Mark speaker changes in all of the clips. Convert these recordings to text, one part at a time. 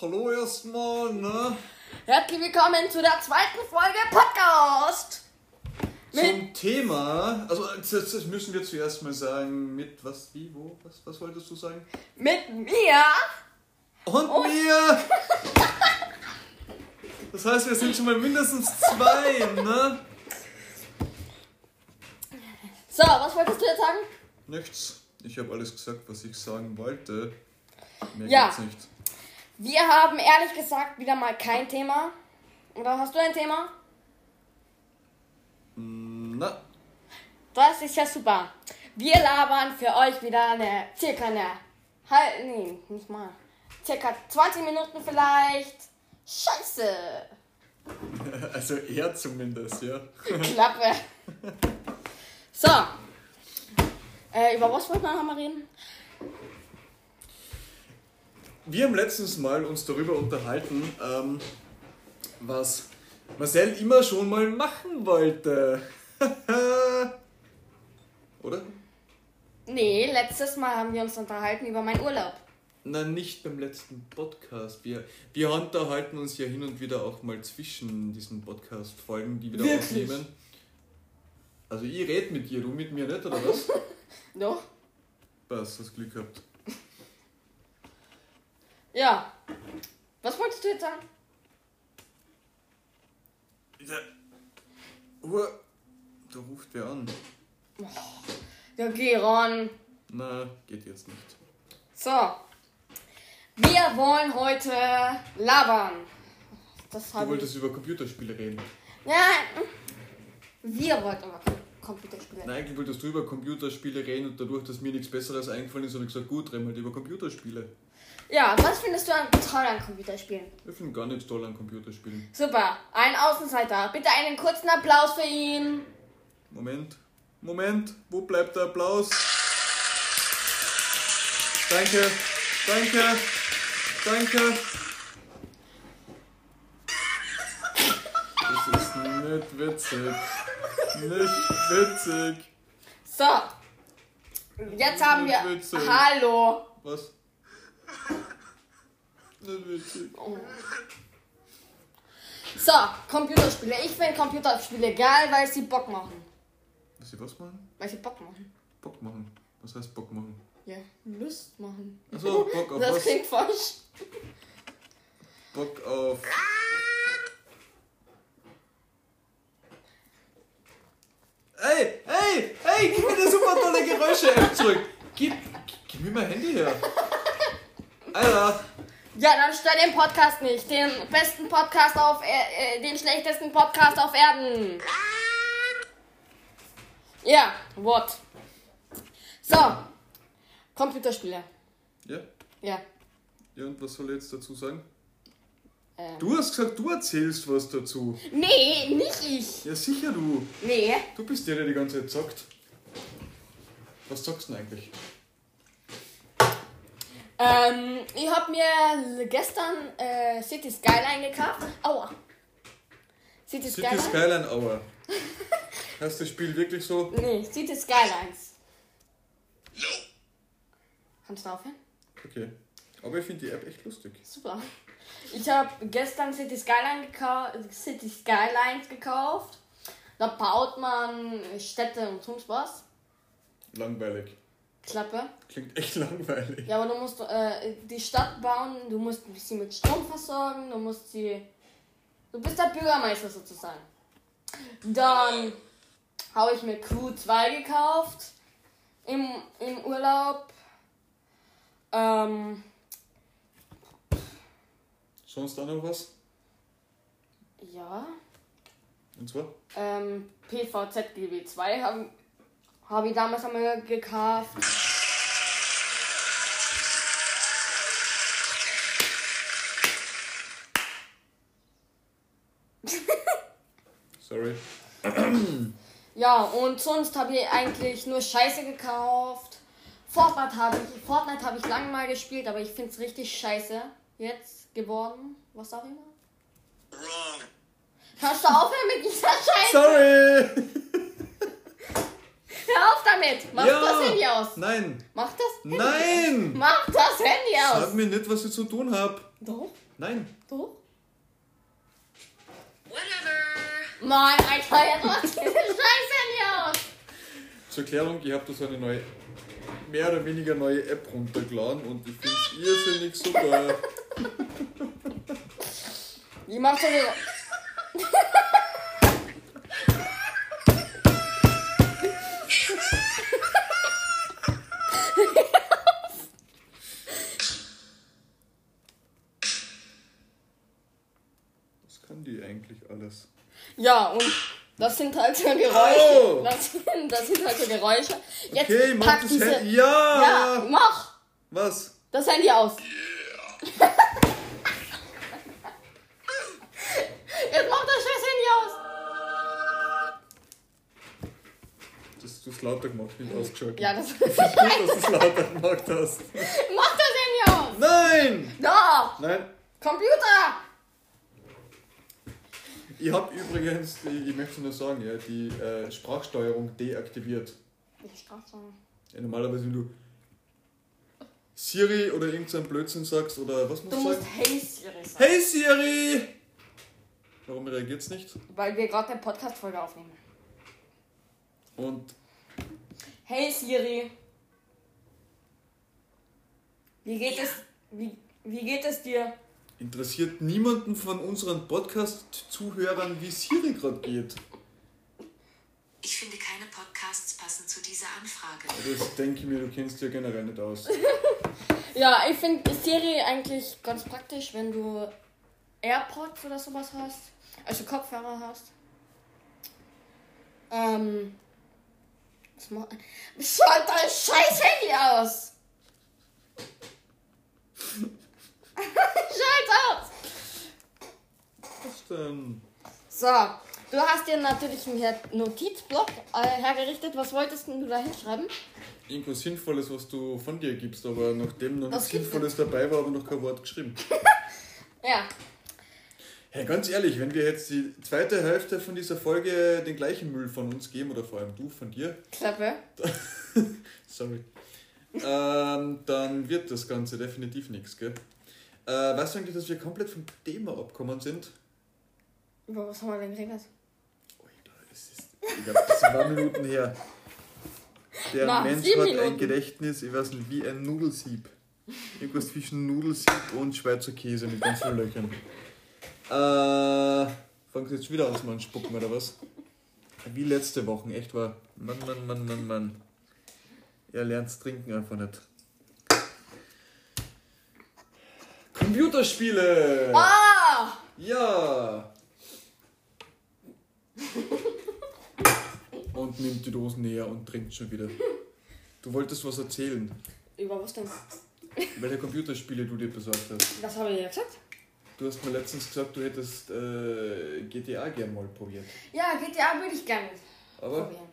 Speaker 1: Hallo erstmal, ne?
Speaker 2: Herzlich willkommen zu der zweiten Folge Podcast.
Speaker 1: Zum Thema, also das, das müssen wir zuerst mal sagen, mit was, wie, wo, was, was wolltest du sagen?
Speaker 2: Mit mir.
Speaker 1: Und mir! Das heißt, wir sind schon mal mindestens zwei, ne?
Speaker 2: So, was wolltest du jetzt sagen?
Speaker 1: Nichts. Ich habe alles gesagt, was ich sagen wollte. Mehr
Speaker 2: Ja.
Speaker 1: geht's nicht.
Speaker 2: Wir haben ehrlich gesagt wieder mal kein Thema. Oder hast du ein Thema?
Speaker 1: Na,
Speaker 2: Das ist ja super. Wir labern für euch wieder eine circa eine halb nee, nicht mal. Circa 20 Minuten vielleicht. Scheiße.
Speaker 1: also er zumindest, ja.
Speaker 2: Klappe. So. Äh, über was wollten wir nochmal reden?
Speaker 1: Wir haben letztens mal uns darüber unterhalten, ähm, was Marcel immer schon mal machen wollte. Oder?
Speaker 2: Nee, letztes Mal haben wir uns unterhalten über meinen Urlaub.
Speaker 1: Nein, nicht beim letzten Podcast. Wir, wir unterhalten uns ja hin und wieder auch mal zwischen diesen Podcast-Folgen, die wir da
Speaker 2: Wirklich?
Speaker 1: aufnehmen. Also ich rede mit dir, du mit mir nicht, oder was?
Speaker 2: Doch?
Speaker 1: Passt, hast Glück gehabt.
Speaker 2: Ja. Was wolltest du jetzt sagen?
Speaker 1: Ja. Uhr. Da ruft wer an.
Speaker 2: Ja, geh ran.
Speaker 1: Na, geht jetzt nicht.
Speaker 2: So. Wir wollen heute labern. Das
Speaker 1: Du
Speaker 2: habe ich.
Speaker 1: wolltest über Computerspiele reden.
Speaker 2: Nein. Wir wollten aber Computerspiele.
Speaker 1: Nein, eigentlich wolltest du über Computerspiele reden und dadurch, dass mir nichts Besseres eingefallen ist, habe ich gesagt, gut, reden wir halt über Computerspiele.
Speaker 2: Ja, was findest du an toll an Computerspielen?
Speaker 1: Ich finde gar nichts toll an Computerspielen.
Speaker 2: Super. Ein Außenseiter. Bitte einen kurzen Applaus für ihn.
Speaker 1: Moment, Moment, wo bleibt der Applaus? Danke, danke, danke. Das ist nicht witzig. Nicht witzig.
Speaker 2: So. Jetzt haben wir.
Speaker 1: Witzig.
Speaker 2: Hallo.
Speaker 1: Was? Nicht witzig.
Speaker 2: So, Computerspiele. Ich finde Computerspiele geil, weil sie Bock machen.
Speaker 1: Willst du was machen?
Speaker 2: Weil sie Bock machen.
Speaker 1: Bock machen. Was heißt Bock machen?
Speaker 2: Ja, Lust machen.
Speaker 1: Achso, Bock auf
Speaker 2: das
Speaker 1: was?
Speaker 2: klingt falsch.
Speaker 1: Bock auf. Ey, ey, ey, gib mir das super tolle Geräusche-App zurück. Gib, gib mir mein Handy her. Alter,
Speaker 2: Ja, dann stör den Podcast nicht. Den besten Podcast auf er äh, den schlechtesten Podcast auf Erden. Ja, what? So. Computerspiele.
Speaker 1: Ja,
Speaker 2: Ja.
Speaker 1: ja, und was soll ich jetzt dazu sagen?
Speaker 2: Ähm.
Speaker 1: Du hast gesagt, du erzählst was dazu.
Speaker 2: Nee, nicht ich.
Speaker 1: Ja, sicher du.
Speaker 2: Nee.
Speaker 1: Du bist der, der die ganze Zeit zockt. Was zockst du denn eigentlich?
Speaker 2: Ähm, ich habe mir gestern äh, City Skyline gekauft. Aua. City
Speaker 1: City
Speaker 2: Skyline?
Speaker 1: Skyline Hour. Heißt das Spiel wirklich so?
Speaker 2: nee, City Skylines. Kannst du aufhören?
Speaker 1: Okay. Aber ich finde die App echt lustig.
Speaker 2: Super. Ich habe gestern City, Skyline gekau City Skylines gekauft. Da baut man Städte und sonst was.
Speaker 1: Langweilig.
Speaker 2: Klappe.
Speaker 1: Klingt echt langweilig.
Speaker 2: Ja, aber du musst äh, die Stadt bauen, du musst sie mit Strom versorgen, du musst sie. Du bist der Bürgermeister sozusagen. Dann habe ich mir Q2 gekauft im, im Urlaub. Ähm,
Speaker 1: Sonst auch noch was?
Speaker 2: ja.
Speaker 1: Und zwar?
Speaker 2: Ähm, PVZ GB 2 habe hab ich damals einmal gekauft.
Speaker 1: Sorry.
Speaker 2: Ja, und sonst habe ich eigentlich nur Scheiße gekauft. Fortnite habe ich, Fortnite habe ich lange mal gespielt, aber ich finde es richtig scheiße jetzt geworden. Was auch immer. Kannst du aufhören mit dieser Scheiße?
Speaker 1: Sorry!
Speaker 2: Hör auf damit! Mach
Speaker 1: Ja.
Speaker 2: das Handy aus!
Speaker 1: Nein!
Speaker 2: Mach das Handy aus!
Speaker 1: Nein!
Speaker 2: Mach das Handy
Speaker 1: Sag
Speaker 2: aus!
Speaker 1: mir nicht, was ich zu tun hab.
Speaker 2: Doch?
Speaker 1: Nein.
Speaker 2: Doch?
Speaker 3: Whatever.
Speaker 2: Nein, Alter, jetzt macht diese Scheiße nicht aus.
Speaker 1: Zur Klärung, ich habe da so eine neue, mehr oder weniger neue App runtergeladen und ich finde es irrsinnig super.
Speaker 2: Die macht so eine...
Speaker 1: Was kann die eigentlich alles?
Speaker 2: Ja, und das sind halt so Geräusche.
Speaker 1: Oh.
Speaker 2: Das, sind, das sind halt so Geräusche. Jetzt
Speaker 1: Okay, mach
Speaker 2: pack
Speaker 1: das
Speaker 2: diese...
Speaker 1: Handy.
Speaker 2: Ja,
Speaker 1: Ja!
Speaker 2: mach
Speaker 1: Was?
Speaker 2: das Handy aus. Jetzt mach das scheiß Handy aus.
Speaker 1: Das du es lauter gemacht, nicht ausgeschaltet.
Speaker 2: Ja, das
Speaker 1: Gut, dass du es lauter gemacht hast.
Speaker 2: Mach das Handy aus.
Speaker 1: Nein!
Speaker 2: Da,
Speaker 1: Nein,
Speaker 2: Computer.
Speaker 1: ich habe übrigens, die, ich möchte nur sagen, ja, die äh, Sprachsteuerung deaktiviert.
Speaker 2: Ich straf's
Speaker 1: Ja, normalerweise, wenn du Siri oder irgendein Blödsinn sagst oder was musst
Speaker 2: Du
Speaker 1: du
Speaker 2: musst
Speaker 1: sagen?
Speaker 2: Hey Siri sagen,
Speaker 1: Hey Siri! Warum reagiert's nicht?
Speaker 2: weil wir gerade eine Podcast-Folge aufnehmen.
Speaker 1: Und
Speaker 2: Hey Siri. Wie geht es, wie, wie geht es dir?
Speaker 1: interessiert niemanden von unseren Podcast-Zuhörern, wie Siri gerade geht.
Speaker 3: Ich finde keine Podcasts passen zu dieser Anfrage.
Speaker 1: Das denke ich mir, du kennst ja generell nicht aus.
Speaker 2: Ja, ich finde Siri eigentlich ganz praktisch, wenn du AirPods oder sowas hast. Also Kopfhörer hast. Ähm. Was mach. Schalt dein scheiß Handy aus! Schalt aus!
Speaker 1: Was denn?
Speaker 2: So, du hast dir natürlich einen Her- Notizblock äh, hergerichtet. Was wolltest denn du da hinschreiben?
Speaker 1: Irgendwas Sinnvolles, was du von dir gibst, aber nachdem noch nichts
Speaker 2: Was gibt's
Speaker 1: Sinnvolles dabei war, aber noch kein Wort geschrieben.
Speaker 2: Ja.
Speaker 1: Hey, ganz ehrlich, wenn wir jetzt die zweite Hälfte von dieser Folge den gleichen Müll von uns geben, oder vor allem du von dir,
Speaker 2: Klappe.
Speaker 1: Sorry. ähm, dann wird das Ganze definitiv nichts, gell? Äh, weißt du eigentlich, dass wir komplett vom Thema abgekommen sind?
Speaker 2: Über was haben wir denn geredet?
Speaker 1: Alter, es ist. Ich glaube, das sind zwei Minuten her. Der
Speaker 2: Na,
Speaker 1: Mensch hat
Speaker 2: sieben
Speaker 1: ein
Speaker 2: Minuten.
Speaker 1: Gedächtnis, ich weiß nicht, wie ein Nudelsieb. Irgendwas zwischen Nudelsieb und Schweizer Käse mit ganz vielen Löchern. Äh, fangst du jetzt wieder aus, Mann, spucken oder was? Wie letzte Woche, echt war. Mann, Mann, Mann, Mann, Mann. Er lernt's trinken einfach nicht. Computerspiele!
Speaker 2: Ah!
Speaker 1: Ja! Und nimmt die Dosen näher und trinkt schon wieder. Du wolltest was erzählen,
Speaker 2: Über was denn?
Speaker 1: welche Computerspiele du dir besorgt hast.
Speaker 2: Was habe ich ja gesagt?
Speaker 1: Du hast mir letztens gesagt, du hättest äh, GTA gern mal probiert.
Speaker 2: Ja, GTA würde ich gerne
Speaker 1: Aber.
Speaker 2: probieren.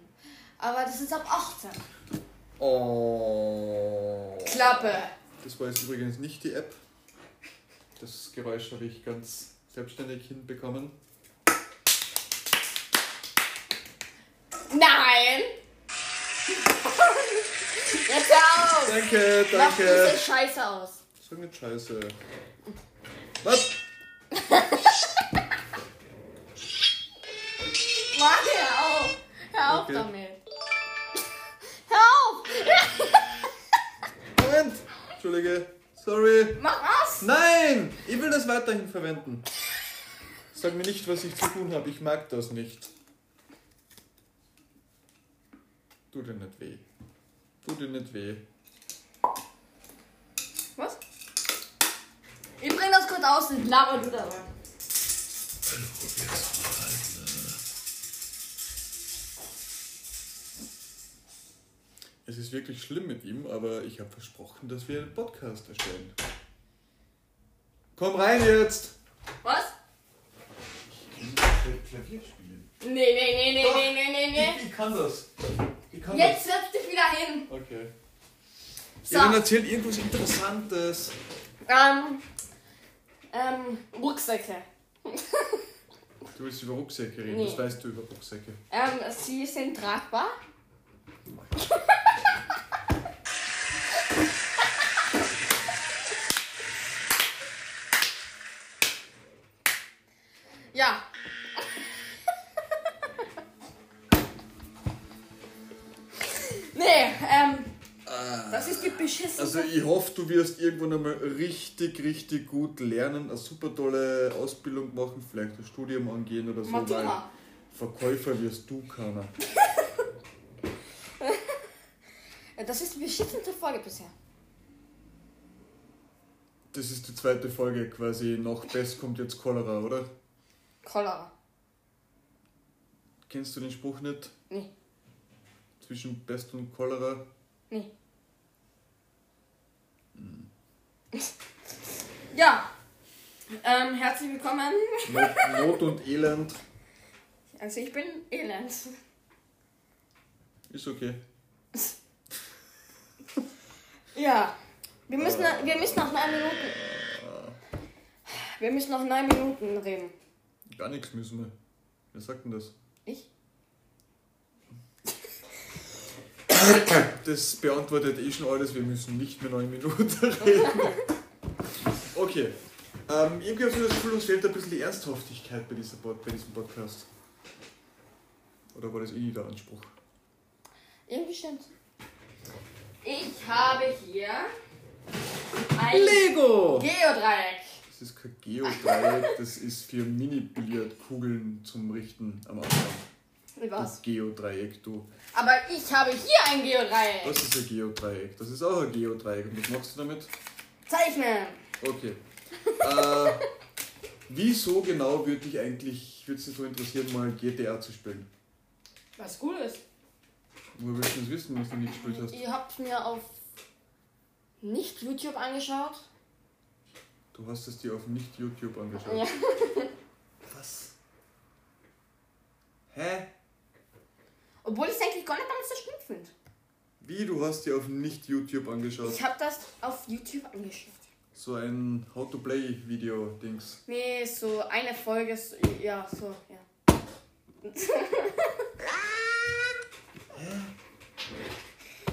Speaker 2: Aber das ist ab 18.
Speaker 1: Oh.
Speaker 2: Klappe.
Speaker 1: Das war jetzt übrigens nicht die App. Das Geräusch habe ich ganz selbstständig hinbekommen.
Speaker 2: Nein! Jetzt hör auf!
Speaker 1: Danke,
Speaker 2: Mach
Speaker 1: danke.
Speaker 2: diese Scheiße aus.
Speaker 1: Sag nicht Scheiße. Was?
Speaker 2: Mach hör auf! Hör auf
Speaker 1: Okay.
Speaker 2: damit! Hör auf!
Speaker 1: Moment! Entschuldige. Sorry.
Speaker 2: Mach aus!
Speaker 1: Nein! Ich will das weiterhin verwenden. Sag mir nicht, was ich zu tun habe. Ich mag das nicht. Tu dir nicht weh. Tu dir nicht weh.
Speaker 2: Was? Ich bring das kurz aus und laber du dabei.
Speaker 1: Es ist wirklich schlimm mit ihm, aber ich habe versprochen, dass wir einen Podcast erstellen. Komm rein jetzt!
Speaker 2: Was?
Speaker 1: Klavier spielen.
Speaker 2: Nee, nee, nee, nee, nee, nee, nee, nee.
Speaker 1: Ich kann das. Ich kann
Speaker 2: Jetzt setz dich wieder hin.
Speaker 1: Okay.
Speaker 2: So.
Speaker 1: Ja, dann erzähl irgendwas Interessantes.
Speaker 2: Ähm. Ähm, Rucksäcke.
Speaker 1: Du willst über Rucksäcke reden,
Speaker 2: Nee.
Speaker 1: was weißt du über Rucksäcke?
Speaker 2: Ähm, sie sind tragbar. Nee, ähm, das ist die beschissene.
Speaker 1: Also ich hoffe, du wirst irgendwann einmal richtig, richtig gut lernen, eine super tolle Ausbildung machen, vielleicht ein Studium angehen oder so. Weil
Speaker 2: Matura.
Speaker 1: Verkäufer wirst du keiner.
Speaker 2: Das ist die beschissenste Folge bisher.
Speaker 1: Das ist die zweite Folge quasi. Nach Best kommt jetzt Cholera, oder?
Speaker 2: Cholera.
Speaker 1: Kennst du den Spruch nicht?
Speaker 2: Nee,
Speaker 1: Zwischen Pest und Cholera?
Speaker 2: nee. Ja. Ähm, herzlich willkommen.
Speaker 1: Not, Not und Elend.
Speaker 2: Also ich bin elend.
Speaker 1: Ist okay.
Speaker 2: Ja. Wir müssen, wir müssen noch neun Minuten. Wir müssen noch neun Minuten reden.
Speaker 1: Gar nichts müssen wir. Wer sagt denn das?
Speaker 2: Ich?
Speaker 1: Das beantwortet eh schon alles. Wir müssen nicht mehr neun Minuten reden. Okay. Ähm, irgendwie habe ich so das Gefühl, uns fehlt ein bisschen die Ernsthaftigkeit bei, dieser, Pod- bei diesem Podcast. Oder war das eh der Anspruch?
Speaker 2: Irgendwie stimmt. Ich habe hier ein
Speaker 1: Lego!
Speaker 2: Geodreieck.
Speaker 1: Das ist kein Geodreieck, das ist für Mini-Billardkugeln zum Richten am Anfang.
Speaker 2: Was?
Speaker 1: Das Geodreieck, du.
Speaker 2: Aber ich habe hier ein Geodreieck.
Speaker 1: Das ist ein Geodreieck. Das ist auch ein Geodreieck. Und was machst du damit?
Speaker 2: Zeichnen.
Speaker 1: Okay. äh, wieso genau würde dich eigentlich, würde es dich so interessieren, mal GTA zu spielen?
Speaker 2: Was cool ist.
Speaker 1: Wo willst du das wissen, was du nicht gespielt hast?
Speaker 2: Ihr habt mir auf nicht YouTube angeschaut.
Speaker 1: Du hast es dir auf nicht YouTube angeschaut.
Speaker 2: Ja.
Speaker 1: Was? Hä?
Speaker 2: Obwohl ich es eigentlich gar nicht damals so schlimm finde.
Speaker 1: Wie, du hast dir auf nicht YouTube angeschaut?
Speaker 2: Ich habe das auf YouTube angeschaut.
Speaker 1: So ein How-to-Play-Video-Dings.
Speaker 2: Nee, so eine Folge, so, ja, so, ja.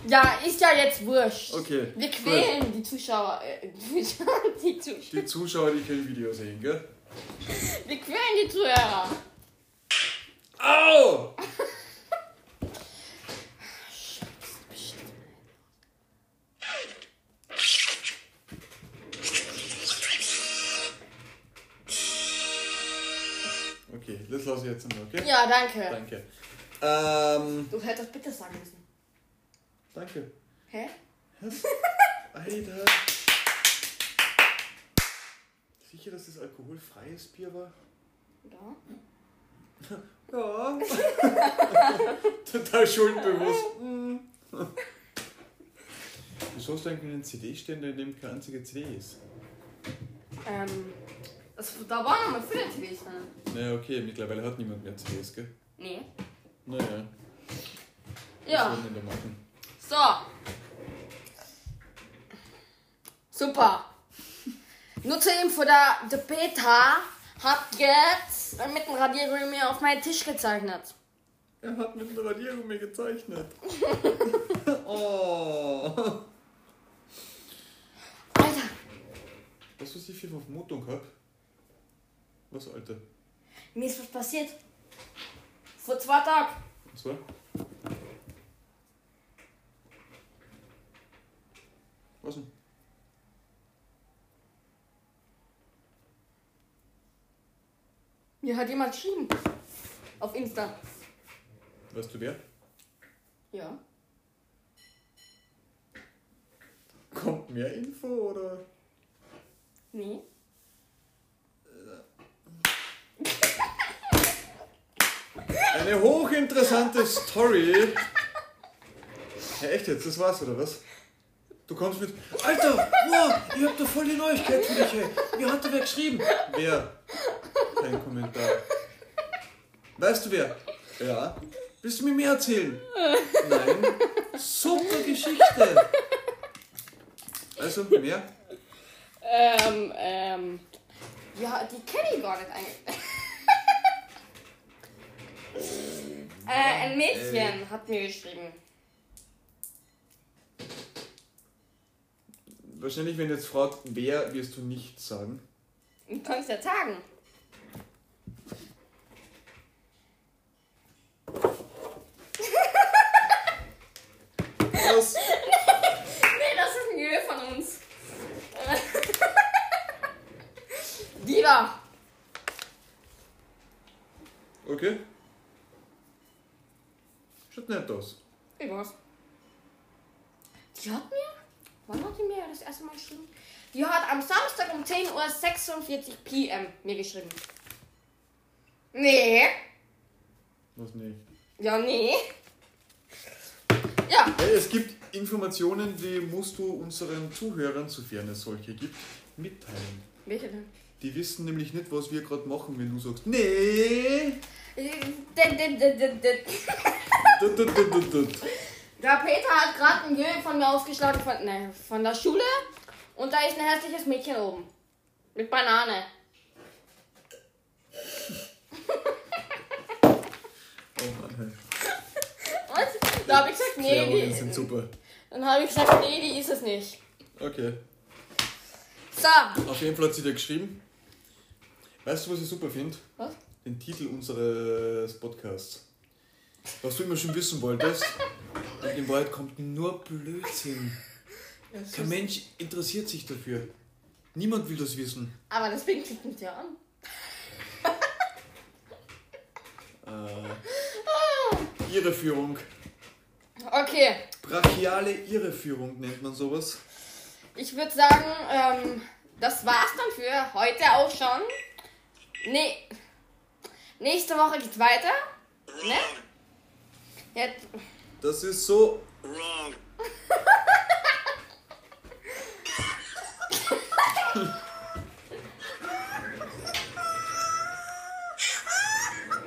Speaker 2: ja, ist ja jetzt wurscht.
Speaker 1: Okay,
Speaker 2: Wir
Speaker 1: gut.
Speaker 2: quälen die Zuschauer. Äh, die Zuschauer, die Zuschauer.
Speaker 1: Die Zuschauer, die kein Video sehen, gell?
Speaker 2: Wir quälen die Zuhörer.
Speaker 1: Au! Okay, das lasse ich jetzt einmal, okay?
Speaker 2: Ja, danke.
Speaker 1: Danke. Ähm,
Speaker 2: Du hättest bitte sagen müssen.
Speaker 1: danke.
Speaker 2: Hä?
Speaker 1: Was? Alter. Sicher, dass das alkoholfreies Bier war?
Speaker 2: Ja.
Speaker 1: Ja. Total schuldbewusst. Mm. Wieso hast du eigentlich einen CD-Ständer, in dem keine einzige CD ist?
Speaker 2: Ähm, das, da waren noch mal viele TVs drin.
Speaker 1: Naja, okay, mittlerweile hat niemand mehr CDs, gell?
Speaker 2: Nee.
Speaker 1: Naja, was
Speaker 2: Ja,
Speaker 1: soll man da machen?
Speaker 2: so. Super. Nur zur Info, der, der Peter hat jetzt mit dem Radiergummi auf meinen Tisch gezeichnet.
Speaker 1: Er hat mit dem Radiergummi gezeichnet. oh.
Speaker 2: Alter,
Speaker 1: Was, was ich viel Vermutung hab? Was, Alter?
Speaker 2: mir ist was passiert. Vor zwei Tagen.
Speaker 1: Und zwar? Was denn?
Speaker 2: Mir hat jemand geschrieben. Auf Insta.
Speaker 1: Weißt du wer?
Speaker 2: Ja.
Speaker 1: Kommt mehr Info oder?
Speaker 2: Nee.
Speaker 1: Eine hochinteressante Story. Ja, echt jetzt, das war's, oder was? Du kommst mit. Alter, wow, ich hab da voll die Neuigkeit für dich, hey. Mir hat da wer geschrieben. Wer? Kein Kommentar. Weißt du wer? Ja. Willst du mir mehr erzählen? Nein. Super Geschichte. Also, mehr?
Speaker 2: Ähm, ähm. Ja, die kenne ich gar nicht eigentlich. äh, ein Mädchen hat mir geschrieben.
Speaker 1: Wahrscheinlich, wenn jetzt fragt, wer, wirst du nichts sagen.
Speaker 2: Du kannst ja sagen. Die hat mir, wann hat die mir das erste Mal geschrieben? Die hat am Samstag um 10.46 Uhr PM mir geschrieben. Nee.
Speaker 1: Was nicht.
Speaker 2: Ja, nee. Ja,
Speaker 1: Hey, es gibt Informationen, die musst du unseren Zuhörern, sofern es solche gibt, mitteilen.
Speaker 2: welche denn?
Speaker 1: Die wissen nämlich nicht, was wir gerade machen, wenn du sagst, nee.
Speaker 2: Äh, d- d- d- d- d-
Speaker 1: Tut, tut, tut, tut, tut.
Speaker 2: Der Peter hat gerade ein Bild von mir aufgeschlagen, von, ne, von der Schule. Und da ist ein hässliches Mädchen oben. Mit Banane.
Speaker 1: Oh Mann,
Speaker 2: Und da habe ich gesagt,
Speaker 1: hey.
Speaker 2: nee,
Speaker 1: Werbungen sind
Speaker 2: die,
Speaker 1: super.
Speaker 2: dann habe ich gesagt, nee, die ist es nicht.
Speaker 1: Okay.
Speaker 2: So.
Speaker 1: Auf jeden Fall hat sie dir geschrieben. Weißt du, was ich super finde?
Speaker 2: Was?
Speaker 1: Den Titel unseres Podcasts. Was du immer schon wissen wolltest. Und in Wahrheit kommt nur Blödsinn. Kein Mensch interessiert sich dafür. Niemand will das wissen.
Speaker 2: Aber deswegen klickt mich ja an.
Speaker 1: Äh, Irreführung.
Speaker 2: Okay.
Speaker 1: Brachiale Irreführung nennt man sowas.
Speaker 2: Ich würde sagen, ähm, das war's dann für heute auch schon. Nee. Nächste Woche geht's weiter. Ne? Jetzt,
Speaker 1: Das ist so.
Speaker 4: Wrong.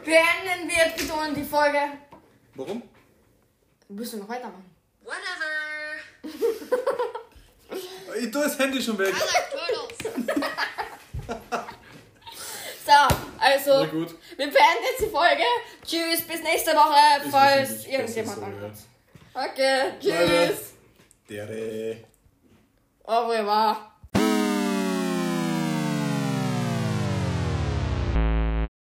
Speaker 2: beenden wir jetzt bitte unten die Folge.
Speaker 1: Warum?
Speaker 2: Wir müssen noch weitermachen.
Speaker 3: Whatever.
Speaker 1: Ich tue das Äh, Handy schon weg.
Speaker 3: I like turtles.
Speaker 2: So, also,
Speaker 1: Na gut.
Speaker 2: wir beenden jetzt die Folge. Tschüss, bis nächste Woche,
Speaker 1: Ist
Speaker 2: falls
Speaker 1: wahrscheinlich besser
Speaker 2: irgendjemand
Speaker 1: so,
Speaker 2: anhört. Okay,
Speaker 1: ja.
Speaker 2: tschüss.
Speaker 1: Dere.
Speaker 2: Au revoir.